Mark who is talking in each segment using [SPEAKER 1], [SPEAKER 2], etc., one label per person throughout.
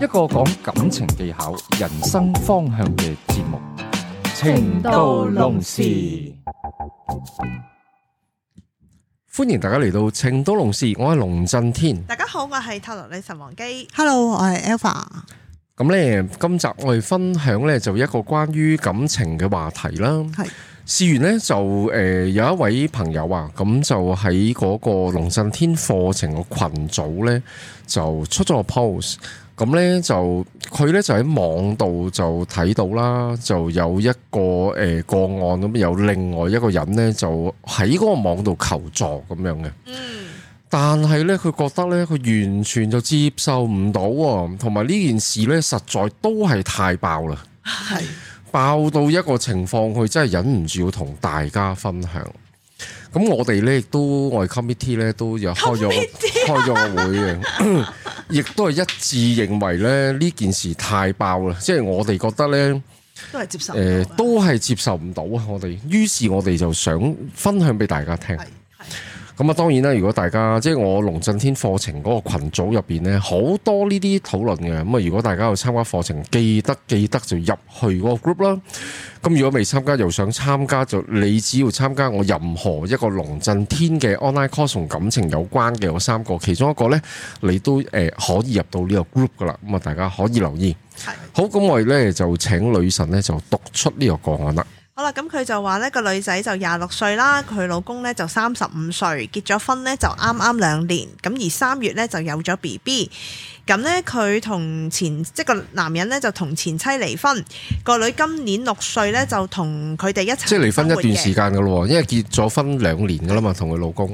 [SPEAKER 1] 一個講感情技巧、人生方向嘅節目《情到濃時》。
[SPEAKER 2] 歡迎大家嚟到情都龍事，我係龍震天。
[SPEAKER 3] 大家好，我係塔羅女神王姬。
[SPEAKER 4] Hello，我係 Alpha。
[SPEAKER 2] 嗯咁咧，今集我哋分享咧就一個關於感情嘅話題啦。
[SPEAKER 4] 係
[SPEAKER 2] 事緣呢，就誒、呃有一位朋友啊，咁就喺嗰個龍震天課程個群組呢，就出咗個 post。咁呢，就佢呢，就喺網度就睇到啦，就有一個誒、呃個案咁，有另外一個人呢，就喺嗰個網度求助咁樣嘅。
[SPEAKER 3] 嗯，
[SPEAKER 2] 但係咧，佢覺得咧，佢完全就接受唔到喎，同埋呢件事咧，實在都係太爆啦，
[SPEAKER 4] 係
[SPEAKER 2] 爆到一個情況，佢真係忍唔住要同大家分享。咁我哋咧亦都我哋 committee 咧都有開咗 開咗個會嘅，亦都係一致認為咧呢件事太爆啦，即係我哋覺得咧。
[SPEAKER 4] 都係接受
[SPEAKER 2] 誒、都係接受唔到啊！我哋，於是我哋就想分享俾大家聽。咁啊，當然啦，如果大家即係我龍震天課程嗰個群組入邊呢，好多呢啲討論嘅。咁啊，如果大家有參加課程，記得記得就入去嗰個 group 啦。咁如果未參加又想參加，就你只要參加我任何一個龍震天嘅 online course 同感情有關嘅嗰三個，其中一個呢，你都誒、呃可以入到呢個 group 噶啦。咁啊，大家可以留意。好，咁我哋咧就請女神咧就讀出呢個個案啦。
[SPEAKER 3] 好啦，咁佢就話呢個女仔就廿六歲啦，佢老公呢就三十五歲，結咗婚呢就啱啱兩年，咁而三月呢就有咗 B B。咁呢，佢同前即個男人呢就同前妻離婚，個女今年六歲呢就同佢哋一齊
[SPEAKER 2] 即係離婚一段時
[SPEAKER 3] 間。
[SPEAKER 2] 間噶咯，因為結咗婚兩年噶啦嘛，同佢老公，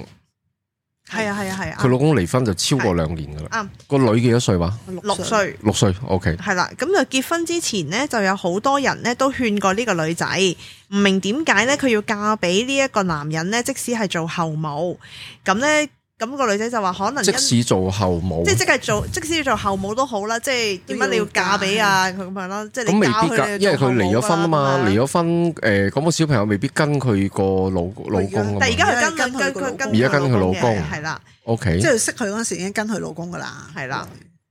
[SPEAKER 3] 係啊係啊係
[SPEAKER 2] 佢
[SPEAKER 3] 啊，
[SPEAKER 2] 老公離婚就超過兩年噶啦
[SPEAKER 3] 啱。
[SPEAKER 2] 個女幾多歲話？
[SPEAKER 3] 六歲。
[SPEAKER 2] 六歲，OK。
[SPEAKER 3] 係啦，咁就結婚之前呢，就有好多人呢都勸過呢個女仔，唔明點解呢，佢要嫁俾呢一個男人呢，即使係做後母，咁呢，咁、個女仔就話可能因
[SPEAKER 2] 即使做後母
[SPEAKER 3] 即，係即係做，即使要做後母都好啦，即係點解你要嫁俾啊佢咁樣啦，即係
[SPEAKER 2] 咁
[SPEAKER 3] 你
[SPEAKER 2] 未
[SPEAKER 3] 嫁
[SPEAKER 2] 必㗎，因為佢離咗婚啊嘛，離
[SPEAKER 3] 咗。
[SPEAKER 2] 咗婚，誒，咁個小朋友未必跟佢個老老公啊嘛
[SPEAKER 3] 但係而家佢跟
[SPEAKER 4] 而家
[SPEAKER 3] 跟
[SPEAKER 4] 跟佢
[SPEAKER 3] 佢跟
[SPEAKER 2] 而家跟佢老公
[SPEAKER 3] 嘅係啦
[SPEAKER 2] ，OK
[SPEAKER 4] 即。係識佢嗰陣時已經跟佢老公噶啦，
[SPEAKER 3] 係啦，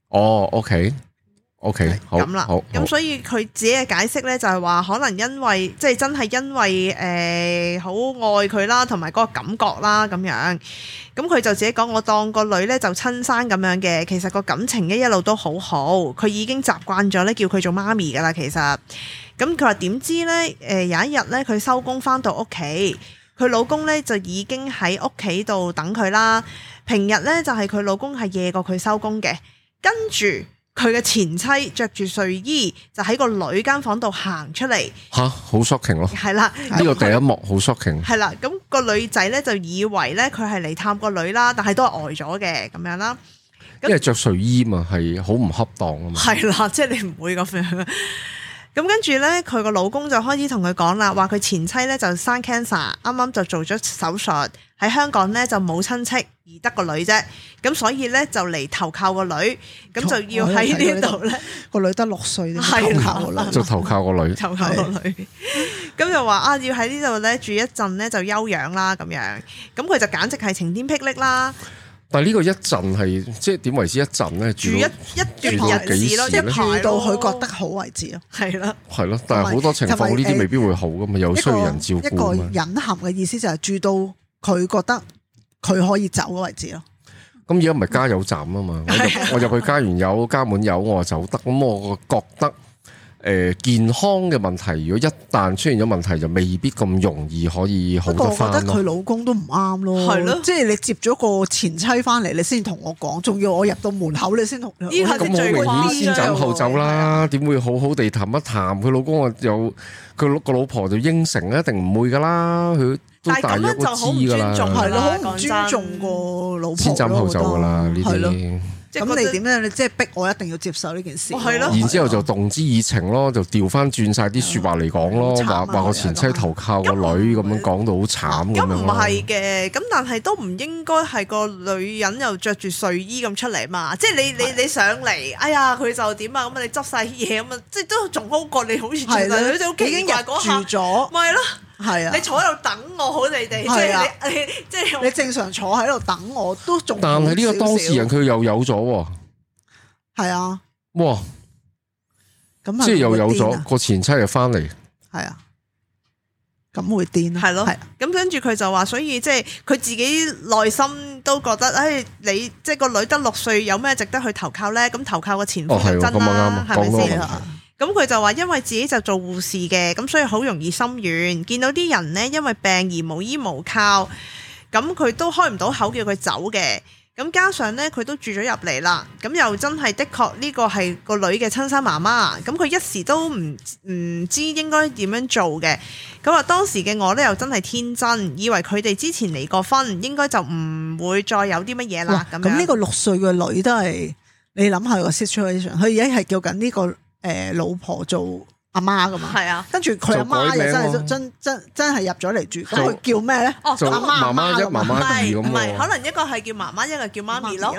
[SPEAKER 2] 哦，OK，OK，好，
[SPEAKER 3] 咁啦
[SPEAKER 2] 好，，好
[SPEAKER 3] 咁所以佢自己嘅解釋呢，就係話可能因為即係真係因為誒呃好愛佢啦，同埋嗰個感覺啦咁樣，咁佢就自己講我當個女呢就親生咁樣嘅，其實個感情呢一路都好好，佢已經習慣咗呢叫佢做媽咪噶啦，其實。咁佢話點知呢？誒、有一日呢，佢收工返到屋企，佢老公呢就已經喺屋企度等佢啦。平日呢，就係、佢老公係夜過佢收工嘅，跟住佢嘅前妻着住睡衣就喺個女間房度行出嚟，
[SPEAKER 2] 吓好 shocking 咯，
[SPEAKER 3] 係啦。
[SPEAKER 2] 呢個第一幕好 shocking。
[SPEAKER 3] 係啦，咁、個女仔呢就以為呢，佢係嚟探個女啦，但係都係呆咗嘅咁樣啦。咁
[SPEAKER 2] 因為着睡衣嘛，係好唔恰當啊嘛。
[SPEAKER 3] 係啦， 即係你唔會咁樣。咁跟住呢，佢個老公就開始同佢講啦，話佢前妻呢就生 cancer，啱啱就做咗手術，喺香港呢就冇親戚，而得個女啫。咁所以呢，就嚟投靠個女，咁就要喺呢度呢。
[SPEAKER 4] 個女得六歲，
[SPEAKER 3] 係啦
[SPEAKER 4] 啦，
[SPEAKER 2] 就投靠個女，
[SPEAKER 3] 就有個女，咁就話啊，要喺呢度咧住一陣咧就休養啦，咁樣，咁佢就簡直係晴天霹靂啦，
[SPEAKER 2] 但係呢個一陣係即係點為之一陣咧？
[SPEAKER 3] 住
[SPEAKER 2] 住
[SPEAKER 3] 一
[SPEAKER 2] 到住
[SPEAKER 3] 一段
[SPEAKER 2] 到
[SPEAKER 3] 日
[SPEAKER 2] 幾
[SPEAKER 3] 子咯，
[SPEAKER 2] 時
[SPEAKER 3] 一
[SPEAKER 2] 咧
[SPEAKER 3] 排
[SPEAKER 4] 住到
[SPEAKER 3] 咯
[SPEAKER 4] 佢覺得好為止咯。
[SPEAKER 3] 係啦，
[SPEAKER 2] 係咯，但係好多情
[SPEAKER 4] 同埋
[SPEAKER 2] 況呢啲未必會好噶嘛，有
[SPEAKER 4] 一
[SPEAKER 2] 需
[SPEAKER 4] 個
[SPEAKER 2] 要人照
[SPEAKER 4] 一
[SPEAKER 2] 顧
[SPEAKER 4] 個
[SPEAKER 2] 啊嘛。
[SPEAKER 4] 隱含嘅意思就係住到佢覺得佢可以走為止咯。
[SPEAKER 2] 咁而家唔係加油站啊 嘛，我入我入去加完油加滿油我就走得，咁我覺得。誒、健康嘅問題，如果一旦出現咗問題，就未必咁容易可以好
[SPEAKER 4] 不過
[SPEAKER 2] 得
[SPEAKER 4] 我覺得
[SPEAKER 2] 翻咯
[SPEAKER 4] 佢。老公都唔啱咯，
[SPEAKER 3] 係咯
[SPEAKER 4] 即係你接咗個前妻翻嚟，你先同我講，仲要我入到門口你先同
[SPEAKER 3] 呢個
[SPEAKER 2] 咁
[SPEAKER 3] 係啊
[SPEAKER 2] 好
[SPEAKER 3] 最
[SPEAKER 2] 明
[SPEAKER 3] 誇
[SPEAKER 2] 顯先
[SPEAKER 3] 張
[SPEAKER 2] 斬後
[SPEAKER 3] 喎
[SPEAKER 2] 奏啦，點會好好地談一談？佢老公啊，又佢老個老婆就應承啊一定唔會噶啦，佢都
[SPEAKER 3] 但係
[SPEAKER 2] 大
[SPEAKER 3] 咁
[SPEAKER 2] 約
[SPEAKER 3] 樣就
[SPEAKER 2] 都
[SPEAKER 3] 好唔
[SPEAKER 2] 知噶
[SPEAKER 3] 尊重
[SPEAKER 2] 啦
[SPEAKER 3] 啦。講
[SPEAKER 4] 係咯，好唔
[SPEAKER 3] 真
[SPEAKER 2] 先
[SPEAKER 4] 尊重個老婆咯
[SPEAKER 2] 斬後奏噶啦，呢
[SPEAKER 4] 係咯
[SPEAKER 2] 啲
[SPEAKER 3] 即即係
[SPEAKER 4] 咁你
[SPEAKER 3] 覺得
[SPEAKER 4] 點咧？你即係逼我一定要接受呢件事。
[SPEAKER 3] 哦係咯
[SPEAKER 2] 然之後就動之以情咯，就調翻轉晒啲説話嚟講咯，
[SPEAKER 3] 嗯
[SPEAKER 4] 好慘
[SPEAKER 2] 話
[SPEAKER 4] 啊
[SPEAKER 2] 話個前妻投靠個女咁樣講到好慘咁
[SPEAKER 3] 咁
[SPEAKER 2] 樣
[SPEAKER 3] 唔
[SPEAKER 2] 咯。
[SPEAKER 3] 係嘅，咁但係都唔應該係個女人又着住睡衣咁出嚟嘛，即係你你你上嚟，哎呀佢就點啊，咁你執晒啲嘢咁啊，即係都仲好過你好似住
[SPEAKER 4] 係
[SPEAKER 3] 喺
[SPEAKER 4] 啦，
[SPEAKER 3] 佢哋屋
[SPEAKER 4] 已
[SPEAKER 3] 企
[SPEAKER 4] 經
[SPEAKER 3] 經
[SPEAKER 4] 入
[SPEAKER 3] 日嗰下，
[SPEAKER 4] 住咗，
[SPEAKER 3] 咪係咯，
[SPEAKER 4] 係啊
[SPEAKER 3] 你。坐喺度等我好你哋，即
[SPEAKER 4] 係啊
[SPEAKER 3] 係你 你即係
[SPEAKER 4] 你正常坐喺度等我都仲好
[SPEAKER 2] 但係呢個當事人
[SPEAKER 4] 少
[SPEAKER 2] 佢又有咗喎。
[SPEAKER 4] 少係啊，
[SPEAKER 2] 哇！
[SPEAKER 4] 咁
[SPEAKER 2] 即係又有
[SPEAKER 4] 係咪會癲
[SPEAKER 2] 咗
[SPEAKER 4] 啊
[SPEAKER 2] 個前妻又翻嚟，
[SPEAKER 4] 係啊，咁會癲啊
[SPEAKER 3] 係咯
[SPEAKER 4] 係啊
[SPEAKER 3] 咁跟住佢就話，所以即係佢自己內心都覺得，唉、你即係個女得六歲，有咩值得去投靠呢？咁投靠個前夫
[SPEAKER 2] 哦係
[SPEAKER 3] 就
[SPEAKER 2] 喎，
[SPEAKER 3] 真
[SPEAKER 2] 咁
[SPEAKER 3] 啦
[SPEAKER 2] 啊，啱，
[SPEAKER 3] 係咪
[SPEAKER 2] 講到
[SPEAKER 3] 先
[SPEAKER 4] 係
[SPEAKER 2] 問？
[SPEAKER 4] 啊
[SPEAKER 2] 題，
[SPEAKER 3] 咁佢就話因為自己就做護士嘅，咁所以好容易心軟。見到啲人呢，因為病而無依無靠，咁佢都開唔到口叫佢走嘅。咁加上呢，佢都住咗入嚟啦，咁又真係的確呢個係個女嘅親生媽媽，咁佢一時都唔唔知應該點樣做嘅。咁啊，當時嘅我呢，又真係天真，以為佢哋之前離過婚，應該就唔會再有啲乜嘢啦。
[SPEAKER 4] 哇
[SPEAKER 3] 咁
[SPEAKER 4] 咁
[SPEAKER 3] 樣
[SPEAKER 4] 呢個六歲嘅女都係你諗下個 situation，佢而家係叫緊呢個誒老婆做阿媽噶嘛，
[SPEAKER 3] 係啊，
[SPEAKER 4] 跟住佢阿媽
[SPEAKER 2] 就改
[SPEAKER 4] 又
[SPEAKER 2] 名
[SPEAKER 4] 真
[SPEAKER 2] 咯
[SPEAKER 4] 係真真真係入咗嚟住，咁
[SPEAKER 2] 就
[SPEAKER 4] 佢叫咩咧？
[SPEAKER 3] 哦
[SPEAKER 2] 就
[SPEAKER 3] 咁
[SPEAKER 2] 媽媽一媽
[SPEAKER 3] 唔
[SPEAKER 2] 媽二
[SPEAKER 3] 係
[SPEAKER 2] 咁
[SPEAKER 3] 唔係，可
[SPEAKER 2] 喎。
[SPEAKER 3] 能一個係叫媽媽，一個叫媽咪 咯。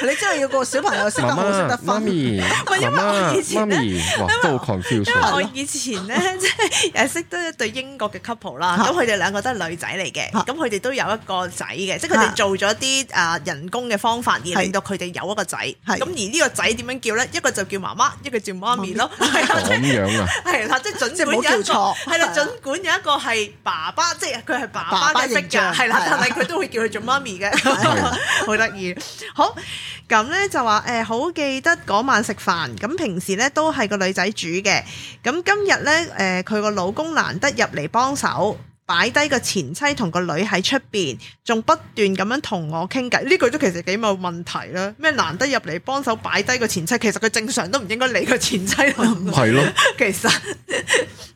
[SPEAKER 4] 你真係要個小朋友識得
[SPEAKER 2] 媽
[SPEAKER 4] 好識
[SPEAKER 2] 媽
[SPEAKER 4] 得、
[SPEAKER 2] 媽
[SPEAKER 4] 分，
[SPEAKER 2] 咪、
[SPEAKER 3] 係因為我
[SPEAKER 2] 媽媽、
[SPEAKER 3] 以
[SPEAKER 2] 媽
[SPEAKER 3] 前呢
[SPEAKER 2] 咪，哇，都好
[SPEAKER 3] 因為我
[SPEAKER 2] confuse。
[SPEAKER 3] 以前咧， 即係誒識得一對英國嘅 couple 啦，
[SPEAKER 4] 嚇
[SPEAKER 3] 咁佢哋兩個都係女仔嚟嘅，
[SPEAKER 4] 嚇
[SPEAKER 3] 咁佢哋都有一個仔嘅，即係佢
[SPEAKER 4] 嚇
[SPEAKER 3] 哋做咗啲啊人工嘅方法，而
[SPEAKER 4] 係
[SPEAKER 3] 令到佢哋有一個仔。咁而呢個仔點樣叫咧？一個就叫媽媽，一個叫媽咪咯。係啊，
[SPEAKER 2] 咁樣 啊，
[SPEAKER 3] 係啦，即係
[SPEAKER 4] 即
[SPEAKER 3] 儘
[SPEAKER 4] 係
[SPEAKER 3] 管有
[SPEAKER 4] 唔好
[SPEAKER 3] 一
[SPEAKER 4] 叫
[SPEAKER 3] 個
[SPEAKER 4] 錯
[SPEAKER 3] 係啦，
[SPEAKER 4] 係啊
[SPEAKER 3] 儘管有一個係爸爸，即係佢係爸爸
[SPEAKER 4] 爸爸
[SPEAKER 3] 嘅識
[SPEAKER 4] 形象
[SPEAKER 3] 㗎，係啦，
[SPEAKER 4] 係
[SPEAKER 3] 但
[SPEAKER 4] 啊
[SPEAKER 3] 係佢都會叫佢做媽咪嘅。
[SPEAKER 2] 係
[SPEAKER 3] 好得意。 好咁咧就話誒、呃好記得嗰晚食飯。咁平時咧都係個女仔煮嘅。咁今日咧誒，佢、個老公難得入嚟幫手。擺低個前妻同個女喺出邊，仲不斷咁樣同我傾偈，呢句都其實幾冇問題啦。咩難得入嚟幫手擺低個前妻，其實佢正常都唔應該理個前妻啦。
[SPEAKER 2] 係咯，
[SPEAKER 3] 其實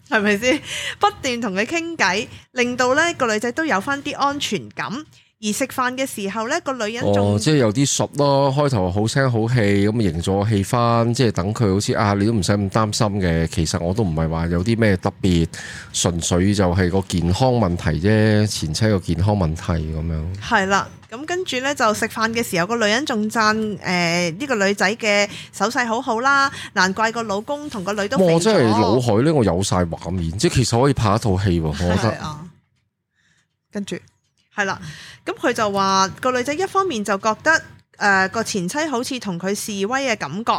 [SPEAKER 3] 係咪先不斷同佢傾偈，令到咧個女仔都有翻啲安全感。而食飯嘅時候咧，個女人仲
[SPEAKER 2] 哦，即係有啲熟咯。開頭好聲好氣咁營造個氣氛，即係等佢好似啊，你都唔使咁擔心嘅。其實我都唔係話有啲咩特別，純粹就係個健康問題啫，前妻個健康問題咁樣。
[SPEAKER 3] 係啦，咁跟住呢，就食飯嘅時候，個女人仲讚誒呢個女仔嘅手勢好好啦，難怪個老公同個女都肥
[SPEAKER 2] 我真係腦
[SPEAKER 3] 咗。
[SPEAKER 2] 海咧，我有晒畫面，即係其實可以拍一套戲喎，我覺
[SPEAKER 4] 係
[SPEAKER 2] 得。
[SPEAKER 4] 啊，跟住
[SPEAKER 3] 係啦，咁佢就話個女仔一方面就覺得誒個、前妻好似同佢示威嘅感覺，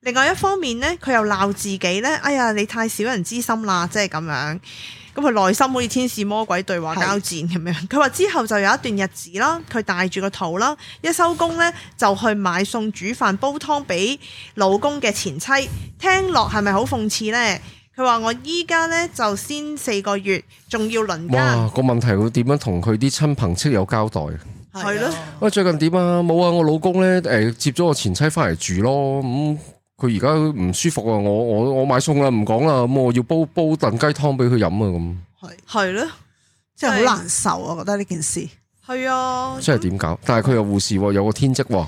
[SPEAKER 3] 另外一方面呢，佢又鬧自己呢：「哎呀你太小人之心啦，即係咁樣。咁佢內心好似天使魔鬼對話交戰咁樣。佢話之後就有一段日子啦，佢帶住個肚啦，一收工呢，就去買餸煮飯煲湯俾老公嘅前妻。聽落係咪好諷刺呢？佢話我依家呢，就先四個月，仲要輪
[SPEAKER 2] 哇
[SPEAKER 3] 奸。！
[SPEAKER 2] 個問題會點樣同佢啲親朋戚友交代？
[SPEAKER 3] 係咯
[SPEAKER 4] 啊
[SPEAKER 2] 喂，最近點啊？冇啊！我老公咧，誒、接咗我前妻翻嚟住咯。咁佢而家唔舒服啊！我我我買餸啦，唔講啦。咁我要煲煲燉雞湯俾佢飲啊！
[SPEAKER 4] 係
[SPEAKER 3] 係咯。
[SPEAKER 4] 即係好難受啊！我覺得呢件事
[SPEAKER 3] 係啊，
[SPEAKER 2] 咁即係點搞？但係佢又護士喎，有個天職喎，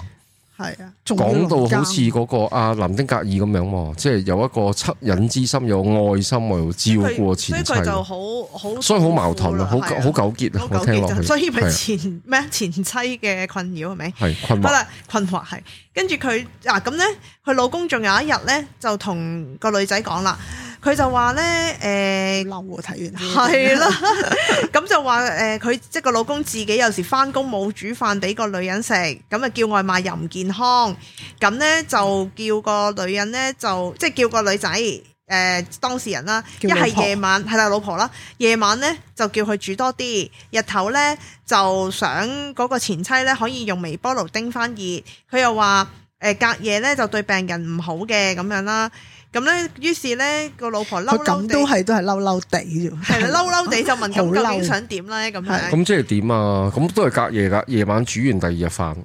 [SPEAKER 4] 係啊，仲要
[SPEAKER 2] 講到好似
[SPEAKER 4] 輪
[SPEAKER 2] 嗰、個阿林丁格爾咁樣喎，即係有一個惻隱之心，有愛心喎，照顧
[SPEAKER 3] 佢所以
[SPEAKER 2] 前妻
[SPEAKER 3] 佢，就好好，
[SPEAKER 2] 所以好矛盾啊，好
[SPEAKER 3] 係
[SPEAKER 2] 好糾結啊！
[SPEAKER 3] 好
[SPEAKER 2] 我聽落
[SPEAKER 3] 糾
[SPEAKER 2] 去，
[SPEAKER 3] 結，所以咪
[SPEAKER 2] 係
[SPEAKER 3] 前咩前妻嘅困擾係咪？
[SPEAKER 2] 啊係困
[SPEAKER 3] 好
[SPEAKER 2] 惑。
[SPEAKER 3] 啦，困惑係，跟住佢嗱咁咧，佢老公仲有一日咧，就同個女仔講啦，佢就話咧，誒、
[SPEAKER 4] 嬲啊！睇完
[SPEAKER 3] 係啦， 咁就話誒，佢即係個老公自己有時翻工冇煮飯俾個女人食，咁啊叫外賣又唔健康，咁咧就叫個女人咧就即係叫個女仔誒、當事人啦，一
[SPEAKER 4] 叫老婆
[SPEAKER 3] 係夜晚係啦老婆啦，夜晚咧就叫佢煮多啲，日頭咧就想嗰個前妻咧可以用微波爐叮翻熱，佢又話誒隔夜咧就對病人唔好嘅咁樣啦。咁咧，於是咧個老婆嬲
[SPEAKER 4] 佢
[SPEAKER 3] 嬲
[SPEAKER 4] 咁
[SPEAKER 3] 地
[SPEAKER 4] 都係都係嬲嬲地啫，
[SPEAKER 3] 係啦，嬲嬲地就問咁究
[SPEAKER 4] 好
[SPEAKER 3] 竟
[SPEAKER 4] 嬲
[SPEAKER 3] 想點咧？咁
[SPEAKER 4] 係
[SPEAKER 3] 樣
[SPEAKER 2] 咁即係點啊？咁都係隔夜噶，夜晚煮完第二日飯，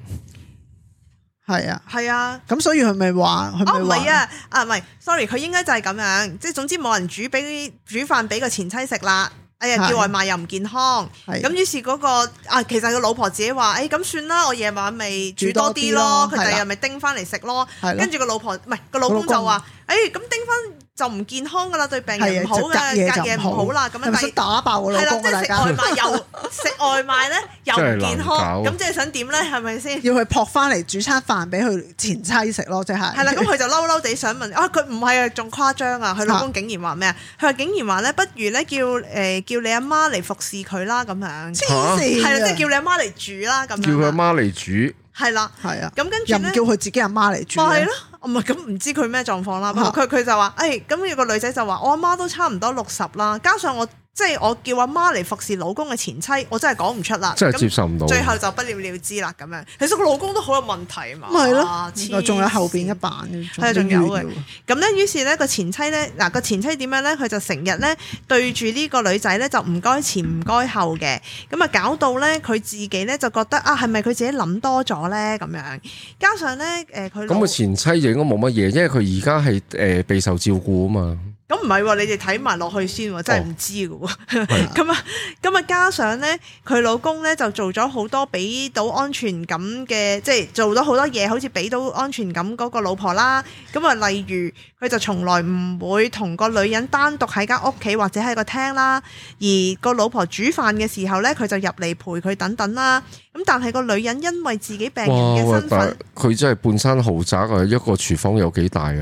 [SPEAKER 4] 係啊。
[SPEAKER 3] 係啊。
[SPEAKER 4] 咁所以佢咪話佢
[SPEAKER 3] 哦，
[SPEAKER 4] 咪
[SPEAKER 3] 唔
[SPEAKER 4] 話
[SPEAKER 3] 係啊，啊唔係，sorry，佢應該就係咁樣，即係總之冇人煮俾煮飯俾個前妻食啦。誒、哎呀
[SPEAKER 4] 係
[SPEAKER 3] 叫外賣又唔健康，
[SPEAKER 4] 係
[SPEAKER 3] 咁於是嗰、個啊，其實個老婆自己話：，誒、哎咁算啦，我夜晚咪煮
[SPEAKER 4] 煮多
[SPEAKER 3] 多啲
[SPEAKER 4] 啲
[SPEAKER 3] 咯
[SPEAKER 4] 咯，
[SPEAKER 3] 佢
[SPEAKER 4] 係
[SPEAKER 3] 第
[SPEAKER 4] 啦
[SPEAKER 3] 日咪叮翻嚟食咯。
[SPEAKER 4] 係咯
[SPEAKER 3] 跟，住個老婆唔係個老公
[SPEAKER 4] 個老公
[SPEAKER 3] 就話：，誒咁叮翻就唔健康噶啦，對病人
[SPEAKER 4] 係
[SPEAKER 3] 唔好
[SPEAKER 4] 啊，
[SPEAKER 3] 噶，
[SPEAKER 4] 就
[SPEAKER 3] 隔
[SPEAKER 4] 隔
[SPEAKER 3] 夜
[SPEAKER 4] 夜
[SPEAKER 3] 唔
[SPEAKER 4] 就
[SPEAKER 3] 好啦。咁
[SPEAKER 4] 係
[SPEAKER 3] 樣
[SPEAKER 4] 咪
[SPEAKER 3] 第
[SPEAKER 4] 想打爆我老
[SPEAKER 3] 係啦，
[SPEAKER 4] 公
[SPEAKER 3] 即
[SPEAKER 4] 啊？大
[SPEAKER 3] 係食
[SPEAKER 4] 家
[SPEAKER 3] 外賣又食外賣咧又唔
[SPEAKER 2] 真
[SPEAKER 3] 健
[SPEAKER 2] 係難
[SPEAKER 3] 康，
[SPEAKER 2] 搞
[SPEAKER 3] 咁即係想點咧？係咪先？
[SPEAKER 4] 要佢撲翻嚟煮餐飯俾佢前妻食咯，即係
[SPEAKER 3] 係啦，咁佢就嬲嬲地想問啊，佢唔係啊，仲誇張啊！佢老公竟然話咩啊？佢話竟然話咧，不如咧叫誒叫你阿媽嚟服侍佢啦，咁樣
[SPEAKER 4] 黐線啊
[SPEAKER 3] 係啦，即係
[SPEAKER 4] 嘅
[SPEAKER 3] 叫你阿媽嚟煮啦，咁樣啊
[SPEAKER 2] 叫佢阿媽嚟煮，
[SPEAKER 3] 係啦，
[SPEAKER 4] 係啊，
[SPEAKER 3] 咁跟住
[SPEAKER 4] 又唔
[SPEAKER 3] 咧
[SPEAKER 4] 叫。佢自己阿媽嚟煮啊
[SPEAKER 3] 咪係
[SPEAKER 4] 嘅，
[SPEAKER 3] 咯，唔係咁唔知佢咩狀況啦。不
[SPEAKER 4] 嚇
[SPEAKER 3] 過佢佢就話：，誒、哎咁有個女仔就話，我阿媽都差唔多六十啦，加上我即係我叫阿媽嚟服侍老公嘅前妻，我真係講唔出啦。
[SPEAKER 2] 真係接
[SPEAKER 3] 咁
[SPEAKER 2] 受唔到。
[SPEAKER 3] 最後就不了了之啦，咁樣。其實個老公都好有問題嘛。
[SPEAKER 4] 咪係咯
[SPEAKER 3] 啊，
[SPEAKER 4] 原來仲有後邊
[SPEAKER 3] 黐
[SPEAKER 4] 一版嘅，
[SPEAKER 3] 係啊仲有嘅
[SPEAKER 4] 都要
[SPEAKER 3] 咁咧，於是咧個前妻咧，嗱個前妻點樣咧？佢就成日咧對住呢個女仔咧就唔該前唔該後嘅，咁啊搞到咧佢自己咧就覺得啊係咪佢自己諗多咗咧咁樣？加上咧誒佢老
[SPEAKER 2] 咁佢前妻就應該冇乜嘢，因為佢而家係誒備受照顧啊嘛。
[SPEAKER 3] 咁唔係喎，你哋睇埋落去先喎，真
[SPEAKER 2] 哦
[SPEAKER 3] 係唔知嘅喎。 咁啊、咁啊，加上咧，佢老公咧就做咗好多俾到安全感嘅，即係做咗好多嘢，好似俾到安全感嗰個老婆啦。咁啊，例如佢就從來唔會同個女人單獨喺間屋企或者喺個廳啦，而個老婆煮飯嘅時候咧，佢就入嚟陪佢等等啦。咁但係個女人因為自己病人
[SPEAKER 2] 哇！
[SPEAKER 3] 嘅
[SPEAKER 2] 喂
[SPEAKER 3] 身
[SPEAKER 2] 但
[SPEAKER 3] 份
[SPEAKER 2] 係。佢真係半山豪宅啊！一個廚房有幾大 啊？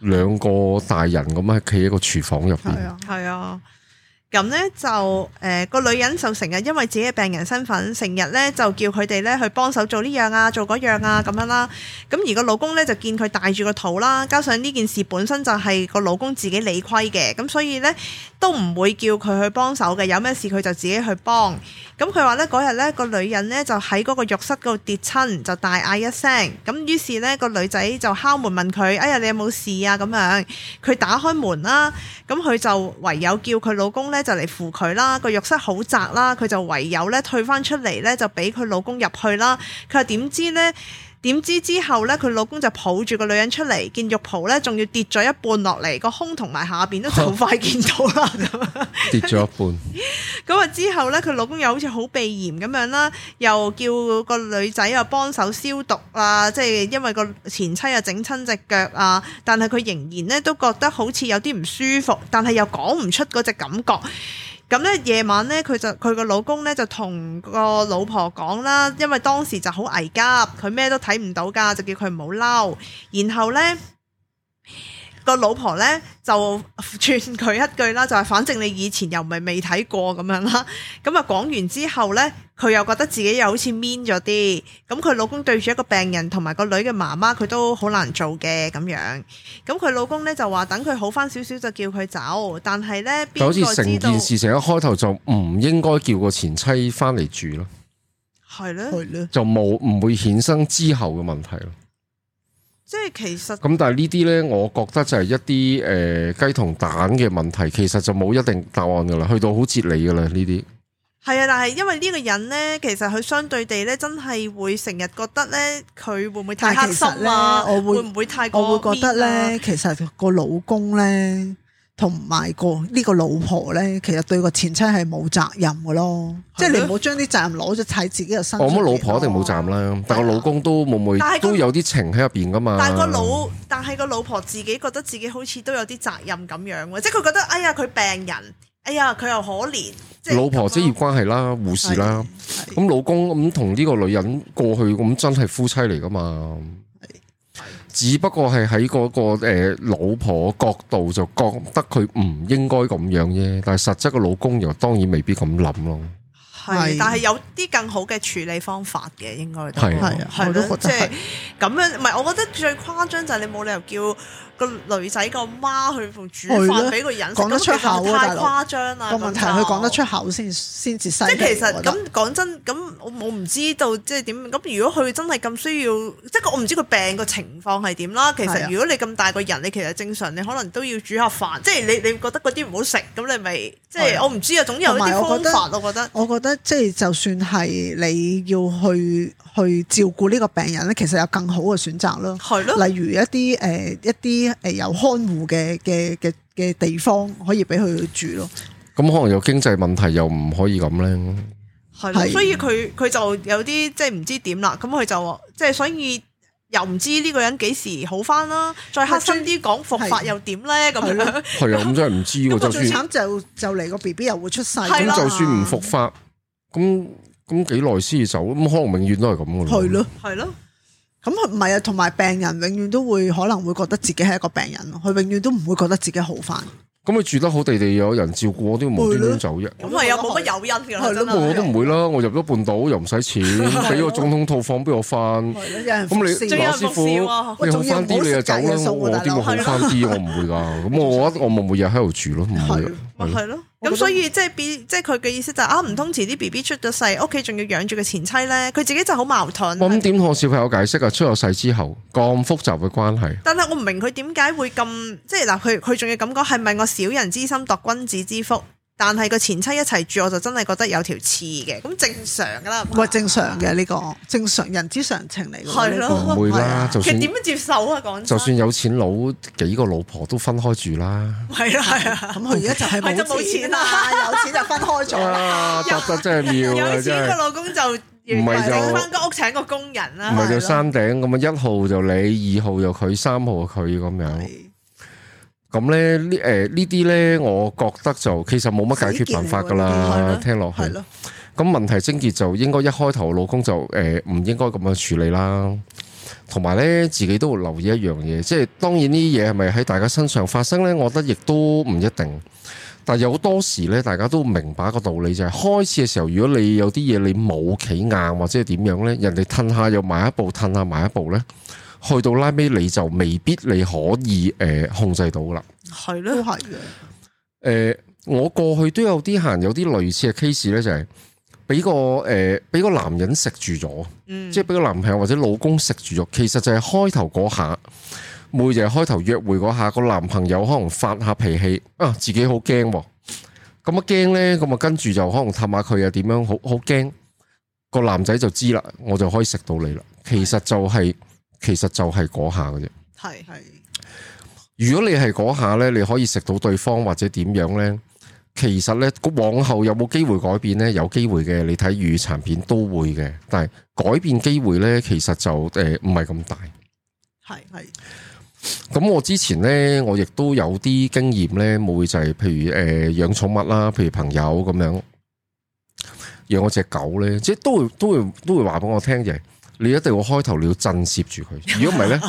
[SPEAKER 2] 兩個大人咁樣企喺個廚房入
[SPEAKER 4] 係
[SPEAKER 2] 邊，
[SPEAKER 4] 啊，
[SPEAKER 3] 係啊，咁咧就誒、呃、個女人就成日因為自己嘅病人身份，成日咧就叫佢哋咧去幫手做呢樣啊，做嗰樣啊咁樣啦。咁而個老公咧就見佢帶住個肚啦，加上呢件事本身就係個老公自己理虧嘅，咁所以咧都唔會叫佢去幫手嘅，有咩事佢就自己去幫。咁佢話咧嗰日咧個女人咧就喺嗰個浴室嗰度跌親，就大嗌一聲。咁於是咧個女仔就敲門問佢：哎呀，你有冇事啊？咁樣佢打開門啦，咁佢就唯有叫佢老公咧就嚟扶佢啦。個浴室好窄啦，佢就唯有咧退翻出嚟咧就俾佢老公入去啦。佢話點知咧？點知之後咧，佢老公就抱住個女人出嚟，件浴袍咧仲要跌咗一半落嚟，個胸同埋下邊都就快見到啦。咁樣
[SPEAKER 2] 跌咗一 半。
[SPEAKER 3] 咁啊之後咧，佢老公又好似好鼻炎咁樣啦，又叫個女仔又幫手消毒啊，即係因為個前妻又整親只腳啊，但係佢仍然咧都覺得好似有啲唔舒服，但係又講唔出嗰只感覺。咁咧夜晚咧，佢就佢個老公咧就同個老婆講啦，因為當時就好危急，佢咩都睇唔到㗎，就叫佢唔好嬲。然後咧。個老婆咧就串佢一句啦，就係反正你以前又唔係未睇過咁樣啦。咁啊講完之後咧，佢又覺得自己又好似 mean 咗啲。咁佢老公對住一個病人同埋個女嘅媽媽，佢都好難做嘅咁樣。咁佢老公咧就話等佢好翻少少就叫佢走，但係咧邊
[SPEAKER 2] 就好
[SPEAKER 3] 個
[SPEAKER 2] 似
[SPEAKER 3] 知
[SPEAKER 2] 成
[SPEAKER 3] 道
[SPEAKER 2] 件事情一開頭就唔應該叫個前妻翻嚟住咯，
[SPEAKER 3] 係咧？
[SPEAKER 4] 係咯，
[SPEAKER 2] 就冇唔會衍生之後嘅問題咯。
[SPEAKER 3] 即係其實
[SPEAKER 2] 咁但係呢啲呢，我覺得就係一啲誒、呃雞同蛋嘅問題，其實就冇一定答案噶啦，去到好哲理噶啦呢啲。
[SPEAKER 3] 係啊，但係因為呢個人咧，其實佢相對地咧，真係會成日覺得咧，佢會唔會太
[SPEAKER 4] 但係
[SPEAKER 3] 黑
[SPEAKER 4] 其
[SPEAKER 3] 心
[SPEAKER 4] 實
[SPEAKER 3] 啊？
[SPEAKER 4] 咧我會
[SPEAKER 3] 會唔會太過？啊
[SPEAKER 4] 我會覺得咧，，其實個老公咧。同埋個呢個老婆咧，其實對個前妻係冇責任嘅咯，即係你唔好將啲責任攞咗喺自己嘅身上
[SPEAKER 2] 我
[SPEAKER 4] 面
[SPEAKER 2] 諗哦
[SPEAKER 4] 咯。
[SPEAKER 2] 老婆一定冇站啦，啊但個老公都會唔會
[SPEAKER 3] 但係個
[SPEAKER 2] 都有啲情喺入邊噶
[SPEAKER 4] 啊
[SPEAKER 2] 嘛？
[SPEAKER 3] 但係個老，但係個老婆自己覺得自己好似都有啲責任咁樣喎，即係佢覺得哎呀佢病人，哎呀佢又可憐，即係
[SPEAKER 2] 老婆
[SPEAKER 3] 咁
[SPEAKER 2] 職
[SPEAKER 3] 咯
[SPEAKER 2] 業關係啦、護士啦，
[SPEAKER 4] 係，
[SPEAKER 2] 咁老公咁同呢個女人過去咁真係夫妻嚟噶嘛？只不過係喺嗰個誒老婆角度就覺得佢唔應該咁樣啫，但係實質個老公又當然未必咁諗咯。
[SPEAKER 3] 係
[SPEAKER 4] 係，
[SPEAKER 3] 但係有啲更好嘅處理方法嘅，應該都
[SPEAKER 2] 係
[SPEAKER 4] 係啊我都
[SPEAKER 3] 咯即
[SPEAKER 4] 覺得
[SPEAKER 3] 係
[SPEAKER 4] 係
[SPEAKER 3] 咁樣，唔係我覺得最誇張就係你冇理由叫個女仔個媽去同煮
[SPEAKER 4] 係
[SPEAKER 3] 飯
[SPEAKER 4] 咯
[SPEAKER 3] 俾個人食，
[SPEAKER 4] 講得出口啊
[SPEAKER 3] 咁其實太
[SPEAKER 4] 大佬
[SPEAKER 3] 誇張啦！
[SPEAKER 4] 個問題
[SPEAKER 3] 咁就
[SPEAKER 4] 係佢講得出口先先至犀利。
[SPEAKER 3] 即係其
[SPEAKER 4] 我
[SPEAKER 3] 實
[SPEAKER 4] 覺得
[SPEAKER 3] 咁講真，咁我我唔知道即係點。咁如果佢真係咁需要，即係我唔知佢病個情況係點啦。其
[SPEAKER 4] 係
[SPEAKER 3] 實
[SPEAKER 4] 啊
[SPEAKER 3] 如果你咁大個人，你其實正常你可能都要煮下飯，即係你你覺得嗰啲唔好食，咁你咪即
[SPEAKER 4] 係
[SPEAKER 3] 係
[SPEAKER 4] 啊
[SPEAKER 3] 我唔知啊。總有一
[SPEAKER 4] 同埋我
[SPEAKER 3] 啲
[SPEAKER 4] 覺得
[SPEAKER 3] 方法，我覺得
[SPEAKER 4] 我覺得即係就算係你要去去照顧呢個病人咧，其實有更好嘅選擇咯。
[SPEAKER 3] 係咯。
[SPEAKER 4] 例如一啲誒、呃一啲誒有看護嘅嘅嘅嘅地方可以俾佢住咯。
[SPEAKER 2] 咁可能有經濟問題又唔可以咁咧。
[SPEAKER 3] 系咯，
[SPEAKER 4] 係
[SPEAKER 3] 所以佢佢就有啲即系唔知點啦，咁佢就即係所以又唔知呢個人幾時好翻啦，再黑心啲講復發
[SPEAKER 4] 係
[SPEAKER 3] 又點咧咁樣，
[SPEAKER 2] 係啊，咁真係唔知喎。
[SPEAKER 4] 不過
[SPEAKER 2] 就
[SPEAKER 4] 最
[SPEAKER 2] 算
[SPEAKER 4] 慘就就嚟個 B B 又會出世啦，
[SPEAKER 3] 係啦
[SPEAKER 2] 咁就算唔復發，咁咁幾耐先至走？咁可能永遠都係咁噶
[SPEAKER 4] 係咯。
[SPEAKER 3] 係咯，
[SPEAKER 4] 咁佢唔係啊，同埋病人永遠都會可能會覺得自己係一個病人咯，佢永遠都唔會覺得自己好翻。
[SPEAKER 2] 咁佢住得好地地有人照顧，我都要無端端走啫。
[SPEAKER 3] 咁咪又冇乜誘因㗎啦，
[SPEAKER 4] 係
[SPEAKER 3] 真
[SPEAKER 4] 咯
[SPEAKER 2] 不過我
[SPEAKER 3] 係
[SPEAKER 2] 都唔會啦，我入咗半島又唔使錢，俾個總統套房俾我翻。
[SPEAKER 4] 係咯，有人
[SPEAKER 2] 咁你
[SPEAKER 3] 仲
[SPEAKER 2] 馬
[SPEAKER 3] 有人
[SPEAKER 2] 師
[SPEAKER 3] 服侍喎
[SPEAKER 2] 傅，你好翻啲你就走啦，我我點會好翻啲？我唔會㗎。咁我我咪每日喺度住咯，唔會
[SPEAKER 4] 係
[SPEAKER 2] 㗎。
[SPEAKER 3] 咪
[SPEAKER 2] 係咯
[SPEAKER 3] 係咯，
[SPEAKER 4] 我覺
[SPEAKER 3] 咁
[SPEAKER 4] 得
[SPEAKER 3] 所以即係變即係佢嘅意思就係啊，唔通遲啲 B B 出咗世，屋企仲要養住個前妻咧，佢自己就好矛盾。
[SPEAKER 2] 我咁點同我小朋友解釋啊？出咗世之後咁複雜嘅關係，
[SPEAKER 3] 但係我唔明佢點解會咁，即係嗱，佢佢仲要咁講，係咪我小人之心度君子之腹？但係個前妻一齊住，我就真係覺得有條刺嘅，咁啊正常㗎啦。
[SPEAKER 4] 喂，正常嘅呢個正常人之常情嚟嘅喎。
[SPEAKER 3] 係咯
[SPEAKER 2] 唔會
[SPEAKER 4] 係
[SPEAKER 2] 啦
[SPEAKER 4] 啊。
[SPEAKER 2] 就
[SPEAKER 3] 其實
[SPEAKER 2] 算
[SPEAKER 3] 點樣接受啊？講真
[SPEAKER 2] 就算有錢佬幾個老婆都分開住啦。
[SPEAKER 3] 係啦係啊，
[SPEAKER 4] 咁佢而家就係
[SPEAKER 3] 係就
[SPEAKER 4] 冇
[SPEAKER 3] 冇錢
[SPEAKER 4] 錢
[SPEAKER 3] 啦
[SPEAKER 4] 啦，有錢就分開咗啦。
[SPEAKER 2] 啊，答得真係妙啊！真
[SPEAKER 3] 有錢個
[SPEAKER 2] 係。
[SPEAKER 3] 老公就
[SPEAKER 2] 唔係就
[SPEAKER 3] 整翻個屋請個工人
[SPEAKER 2] 唔
[SPEAKER 3] 啦。
[SPEAKER 2] 係就山頂咁啊，一號就你，二號就佢，三號就佢咁樣。
[SPEAKER 4] 係
[SPEAKER 2] 咁咧呢誒呢啲咧，我覺得就其實冇乜解決辦法㗎啦。聽落去
[SPEAKER 4] 係，咯，
[SPEAKER 2] 咁問題症結就應該一開頭老公就誒唔應該咁樣處理啦。同埋咧，自己都會留意一樣嘢，即係當然呢啲嘢係咪喺大家身上發生咧？我覺得亦都唔一定。但有多時咧，大家都明白一個道理就係、開始嘅時候，如果你有啲嘢你冇企硬或者係點樣咧，人哋褪下又埋一步，褪下埋一步咧，去到拉尾你就未必你可以誒、呃控制到啦。
[SPEAKER 3] 係
[SPEAKER 4] 都
[SPEAKER 3] 咯，
[SPEAKER 4] 係嘅。
[SPEAKER 2] 誒、呃我過去都有啲行有啲類似嘅 case 咧，就係俾個誒俾、個男人食住咗，
[SPEAKER 3] 嗯
[SPEAKER 2] 即係俾個男朋友或者老公食住咗。其實就係開頭嗰下，每日開頭約會嗰下，個男朋友可能發下脾氣啊，自己好驚喎。咁啊驚咧，咁啊跟住就可能氹下佢啊，點樣好好驚。個男仔就知啦，我就可以食到你啦。其實就係、其實就係嗰下嘅啫。
[SPEAKER 3] 係
[SPEAKER 4] 係
[SPEAKER 2] 如果你係嗰下呢，你可以食到對方或者點樣呢？其實呢，往後有冇機會改變呢？有機會嘅，你睇預殘片都會嘅，但係改變機會呢，其實就誒唔係咁大。
[SPEAKER 4] 係係
[SPEAKER 2] 咁我之前呢，我亦都有啲經驗呢，會就係、譬如誒、呃、養寵物啦，譬如朋友咁樣養我只狗呢，即係都會都會都會話俾我聽嘅，你一定要開頭你要震懾住佢，如果唔係呢。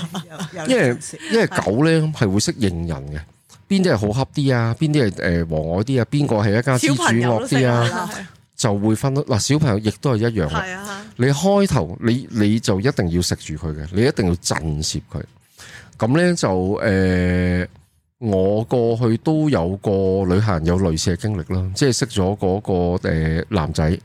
[SPEAKER 4] 有
[SPEAKER 2] 因為
[SPEAKER 4] 有陣時
[SPEAKER 2] 因為狗咧係會識認人嘅，邊啲係好恰啲啊，邊啲係誒和蔼啲啊，邊個係一家之
[SPEAKER 3] 小
[SPEAKER 2] 主
[SPEAKER 3] 朋友都
[SPEAKER 2] 惡
[SPEAKER 3] 識
[SPEAKER 2] 啲
[SPEAKER 3] 啊
[SPEAKER 2] 啊，，就會分得嗱。小朋友亦都係一樣嘅。
[SPEAKER 3] 係 啊，
[SPEAKER 2] 你開頭你你就一定要食住佢嘅，你一定要震懾佢。咁咧就誒、呃我過去都有個旅行有類似嘅經歷啦，即係識咗嗰、個、呃、男仔，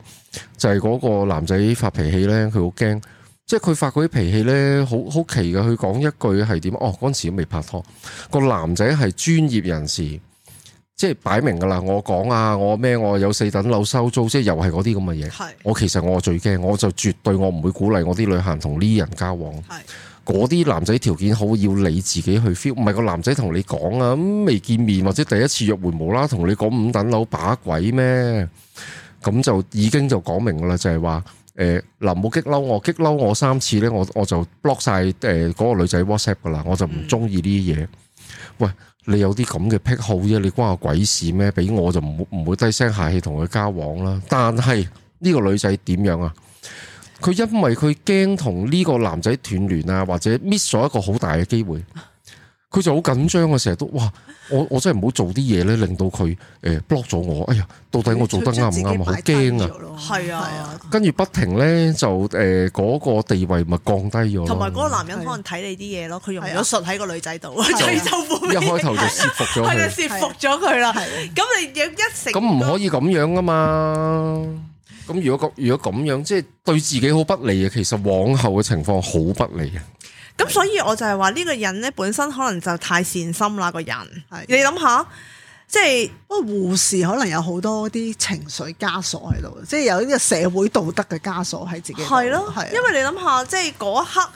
[SPEAKER 2] 就係、嗰個男仔發脾氣咧，佢好驚，即係佢發嗰啲脾氣咧，好好奇嘅。佢講一句係點？哦，嗰陣時都未拍拖，個男仔係專業人士。即係擺明㗎啦！我講啊，我咩我有四等樓收租，即係又係嗰啲咁嘅嘢。
[SPEAKER 3] 係
[SPEAKER 2] 我其實我最驚，我就絕對我唔會鼓勵我啲旅行同呢人交往。
[SPEAKER 3] 係
[SPEAKER 2] 嗰啲男仔條件好，要你自己去 feel，唔係個男仔同你講啊，咁未見面或者第一次約會無啦啦同你講五等樓把鬼咩？咁就已經就講明噶啦，就係話誒呃嗱，冇激嬲我，激嬲我三次咧，我我就 block 晒誒嗰個女仔 WhatsApp 噶啦，我就唔中意呢啲嘢。喂，你有啲咁嘅癖好啫，你關我鬼事咩？俾我就唔唔會低聲下氣同佢交往啦。但係呢個女仔點樣啊？佢因為佢驚同呢個男仔斷聯啊，或者 miss 咗一個好大嘅機會，佢就好緊張啊！成日都哇，我我真係唔好做啲嘢咧，令到佢誒 block 咗我。哎呀，到底我做得啱唔啱啊？好驚啊！
[SPEAKER 4] 啊
[SPEAKER 3] 係啊
[SPEAKER 2] 跟住不停咧就誒嗰、個地位咪降低咗咯，
[SPEAKER 3] 同埋嗰個男人可能睇你啲嘢咯，佢用咗術喺個女仔度，佢 就負
[SPEAKER 2] 啊一
[SPEAKER 3] 面
[SPEAKER 2] 開頭就説服咗
[SPEAKER 3] 係啦，
[SPEAKER 2] 佢，
[SPEAKER 3] 説服咗佢啦。
[SPEAKER 4] 係
[SPEAKER 3] 咁你有一成
[SPEAKER 2] 咁唔可以咁樣噶嘛？咁如果咁如果咁樣，即係對自己好不利啊嘅，其實往後嘅情況好不利嘅。啊
[SPEAKER 3] 咁所以我就係話呢個人咧本身可能就太善心啦，個人
[SPEAKER 4] 係。
[SPEAKER 3] 你諗下，即係
[SPEAKER 4] 不過護士可能有好多啲情緒枷鎖喺度，即係有呢個社會道德嘅枷鎖喺自己度。
[SPEAKER 3] 係咯，
[SPEAKER 4] 係啊
[SPEAKER 3] 因為你諗下，即係嗰一刻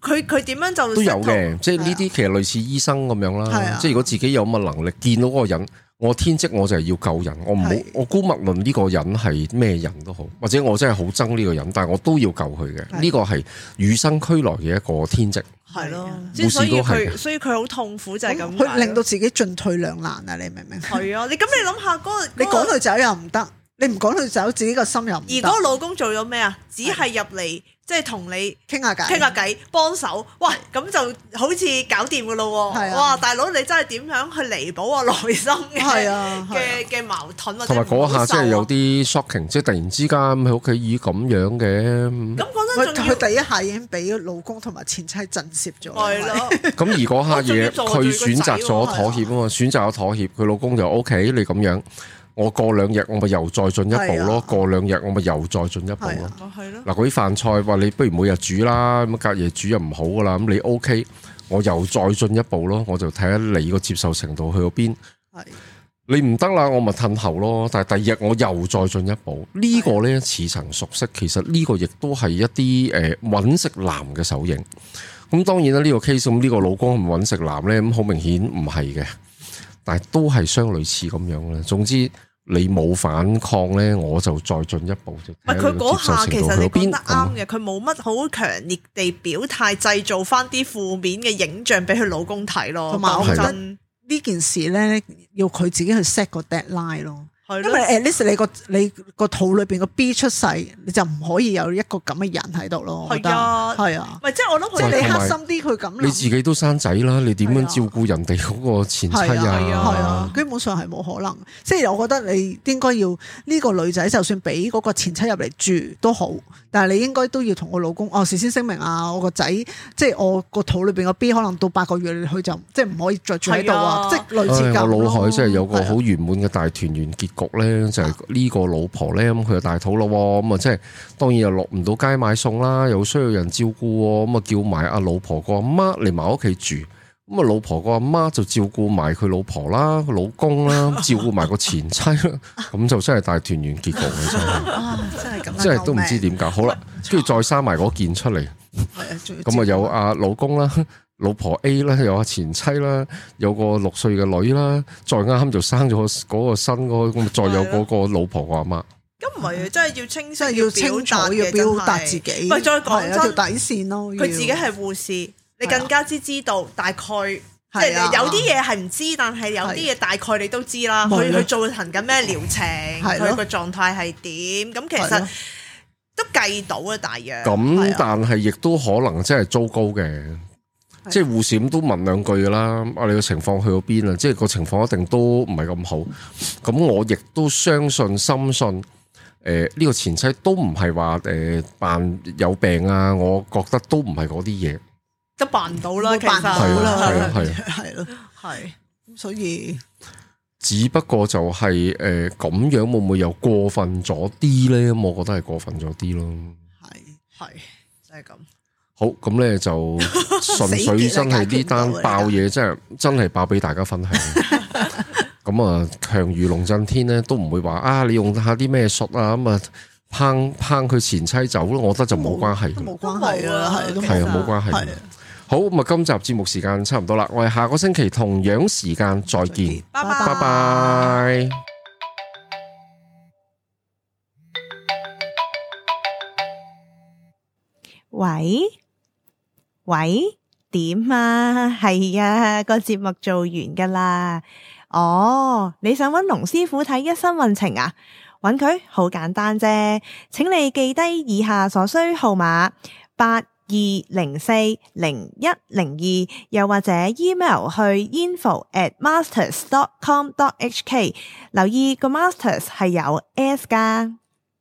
[SPEAKER 3] 佢佢點樣就
[SPEAKER 2] 都有
[SPEAKER 3] settle？
[SPEAKER 2] 嘅，即係呢啲其實類似醫生咁樣
[SPEAKER 4] 係
[SPEAKER 2] 啦
[SPEAKER 4] 啊。
[SPEAKER 2] 即係如果自己有咁嘅能力，見到嗰個人，我天職我就係要救人，我唔好
[SPEAKER 4] 係
[SPEAKER 2] 我姑勿論呢個人係咩人都好，或者我真係好憎呢個人，但係我都要救佢嘅。
[SPEAKER 4] 係
[SPEAKER 2] 呢個係與生俱來嘅一個天職。
[SPEAKER 4] 係咯，
[SPEAKER 3] 啊即係所以
[SPEAKER 2] 護士都係
[SPEAKER 3] 佢，所以佢好痛苦就係咁解
[SPEAKER 4] 佢
[SPEAKER 3] 咯。
[SPEAKER 4] 令到自己進退兩難啊！你明唔明？
[SPEAKER 3] 係啊，你咁你諗下嗰個
[SPEAKER 4] 你
[SPEAKER 3] 嗰
[SPEAKER 4] 趕
[SPEAKER 3] 個
[SPEAKER 4] 佢走又唔得，你唔趕佢走，自己個心又唔
[SPEAKER 3] 而嗰個
[SPEAKER 4] 得。
[SPEAKER 3] 老公做咗咩啊？只係入嚟即係同你。
[SPEAKER 4] 傾下偈，
[SPEAKER 3] 傾下偈幫手，哇！咁就好似搞掂噶咯
[SPEAKER 4] 係
[SPEAKER 3] 喎！
[SPEAKER 4] 啊
[SPEAKER 3] 哇，大佬你真係點樣去彌補我內心
[SPEAKER 4] 係
[SPEAKER 3] 嘅
[SPEAKER 4] 啊，係啊
[SPEAKER 3] 嘅嘅矛盾或者
[SPEAKER 2] 同埋嗰一下
[SPEAKER 3] 感受
[SPEAKER 2] 真
[SPEAKER 3] 啊
[SPEAKER 2] 係有啲 shocking，即係突然之間喺屋企咦咁樣 嘅，
[SPEAKER 3] 咁講
[SPEAKER 4] 佢
[SPEAKER 3] 真仲
[SPEAKER 4] 佢
[SPEAKER 3] 要
[SPEAKER 4] 第一下已經俾老公同埋前妻震懾咗。
[SPEAKER 3] 係咯，
[SPEAKER 2] 咁而嗰下
[SPEAKER 3] 我仲
[SPEAKER 2] 嘢
[SPEAKER 3] 要做我
[SPEAKER 2] 佢
[SPEAKER 3] 最
[SPEAKER 2] 選擇咗妥協啊嘛，選擇咗妥協，佢老公就 O K，你咁樣，我過兩日我咪又再進一步
[SPEAKER 4] 係
[SPEAKER 2] 咯，
[SPEAKER 4] 啊
[SPEAKER 2] 過兩日我咪又再進一步
[SPEAKER 4] 係
[SPEAKER 2] 咯
[SPEAKER 4] 啊。
[SPEAKER 3] 咪係咯，
[SPEAKER 2] 嗱，嗰啲飯菜話你不如每日煮啦，咁隔夜煮又唔好噶啦，咁你 O K，我又再進一步咯，我就睇下你個接受程度去到邊。
[SPEAKER 4] 係
[SPEAKER 2] 你唔得啦，我咪褪後咯。但係第二日我又再進一步，呢、個呢似曾熟悉。其實呢個亦都係一啲誒揾食男嘅手影。咁當然啦，呢、個 case 咁呢個老公係咪揾食男呢？咁好明顯唔係嘅，但係都係相類似咁樣啦。總之你冇反抗呢，我就再進一步啫。
[SPEAKER 3] 唔係佢嗰下其實你
[SPEAKER 2] 邊嗯
[SPEAKER 3] 講得啱嘅，佢冇乜好強烈地表態，製造翻啲負面嘅影像俾佢老公睇咯。
[SPEAKER 4] 同埋我
[SPEAKER 3] 講
[SPEAKER 2] 覺得
[SPEAKER 3] 真
[SPEAKER 4] 呢件事咧，要佢自己去 set 個 deadline 咯。
[SPEAKER 3] 係
[SPEAKER 4] 因
[SPEAKER 3] 咯，
[SPEAKER 4] 為 at least 你個你個肚裏邊個 B 出世，你就唔可以有一個咁嘅人喺度咯。我覺得
[SPEAKER 3] 係啊
[SPEAKER 4] 係啊，
[SPEAKER 3] 咪即係我諗
[SPEAKER 4] 即
[SPEAKER 3] 佢
[SPEAKER 4] 係
[SPEAKER 2] 喂
[SPEAKER 4] 你
[SPEAKER 2] 同埋
[SPEAKER 4] 黑心啲，佢咁諗
[SPEAKER 2] 你自己都生仔啦，你點樣照顧人哋嗰個前妻
[SPEAKER 4] 係啊
[SPEAKER 3] 啊係
[SPEAKER 4] 係
[SPEAKER 2] 啊
[SPEAKER 4] 啊？，基本上係冇可能。即係我覺得你應該要呢個女仔，就算俾嗰個前妻入嚟住都好，但係你應該都要同我老公哦事先聲明啊，我個仔即係我個肚裏邊個 B 可能到八個月，佢就即係唔可以再住喺度啊，
[SPEAKER 3] 係
[SPEAKER 4] 即
[SPEAKER 3] 啊
[SPEAKER 4] 係類似
[SPEAKER 2] 唉
[SPEAKER 4] 咁
[SPEAKER 2] 哎我
[SPEAKER 4] 咯
[SPEAKER 2] 腦海真係有個
[SPEAKER 4] 係啊啊
[SPEAKER 2] 好圓滿嘅大團圓結局呢，就係、呢個老婆呢，咁佢就大肚咯喎，咁啊即係當然又落唔到街買餸啦，又需要人照顧喎，咁啊叫埋阿老婆個阿媽嚟埋我屋企住。咁啊，老婆個阿媽就照顧埋佢老婆啦、佢老公 啦，照顧埋個前妻啦，咁就真係大團圓結局嘅真係，
[SPEAKER 4] 啊真係咁樣，
[SPEAKER 2] 真係都唔知 點搞。好啦，跟住再生埋嗰件出嚟，咁啊有阿老公啦、 老婆 A 啦，有阿啊前妻啦，有個六歲嘅女啦，再啱就生咗嗰個新嗰個，咁啊再有嗰個老婆個啊阿媽。
[SPEAKER 3] 咁唔係真係要清晰
[SPEAKER 4] 真係要清楚要表達自己，
[SPEAKER 3] 咪再
[SPEAKER 4] 係
[SPEAKER 3] 講
[SPEAKER 4] 有條
[SPEAKER 3] 真。
[SPEAKER 4] 底線咯。要啊
[SPEAKER 3] 佢自己係護士，你更加之知道大概，即係
[SPEAKER 4] 係啊
[SPEAKER 3] 你有啲嘢係唔知，但係有啲嘢大概你都知啦。
[SPEAKER 4] 咪
[SPEAKER 3] 佢
[SPEAKER 4] 咯
[SPEAKER 3] 佢做行緊咩療程，
[SPEAKER 4] 係咯
[SPEAKER 3] 佢個狀態係點？咁其
[SPEAKER 4] 係
[SPEAKER 3] 實
[SPEAKER 4] 咯
[SPEAKER 3] 都計到啊，大約。
[SPEAKER 2] 咁
[SPEAKER 4] 啊
[SPEAKER 2] 但係亦都可能真係糟糕嘅，即係護士咁都問兩句㗎啦。啊，你個情況去到邊啊？即係個情況一定都唔係咁好。咁我亦都相信、深信。誒呢、個前妻都唔係話誒扮有病啊，我覺得都唔係嗰啲嘢，
[SPEAKER 3] 都辦唔到啦，其實
[SPEAKER 4] 冇辦法
[SPEAKER 2] 係
[SPEAKER 4] 好
[SPEAKER 2] 啊係啊
[SPEAKER 4] 啦，
[SPEAKER 2] 係啊
[SPEAKER 4] 係咯，
[SPEAKER 3] 係
[SPEAKER 4] 咁所以
[SPEAKER 2] 只不過就係誒咁樣會唔會又過分咗啲呢？咁我覺得係過分咗啲咯。
[SPEAKER 4] 係
[SPEAKER 3] 係就係咁。
[SPEAKER 2] 好，咁呢 就純粹真係呢單爆嘢，真係真係爆俾大家分享。咁啊，強如龍震天呢，都唔會話啊，你用下啲咩術啊，咁啊，抨抨佢前妻走咯，我覺得就冇關係
[SPEAKER 4] 都。
[SPEAKER 3] 都
[SPEAKER 4] 冇關
[SPEAKER 3] 冇
[SPEAKER 4] 係㗎啦，
[SPEAKER 3] 啊
[SPEAKER 4] 係都
[SPEAKER 2] 係啊，冇關係
[SPEAKER 4] 係啊。
[SPEAKER 2] 好，咁啊，今集節目時間差唔多啦，我哋下個星期同樣時間再
[SPEAKER 4] 再
[SPEAKER 2] 見
[SPEAKER 4] 見，
[SPEAKER 3] 拜拜
[SPEAKER 2] 拜拜。
[SPEAKER 5] 喂喂，點啊？ 係啊，個節目做完噶啦。哦，你想揾龍師傅睇一生運程啊？揾佢好簡單啫，請你記低以下所需號碼八二零四零一零二，又或者 email 去 info at masters dot com dot hk。留意個 masters 係有 s 噶。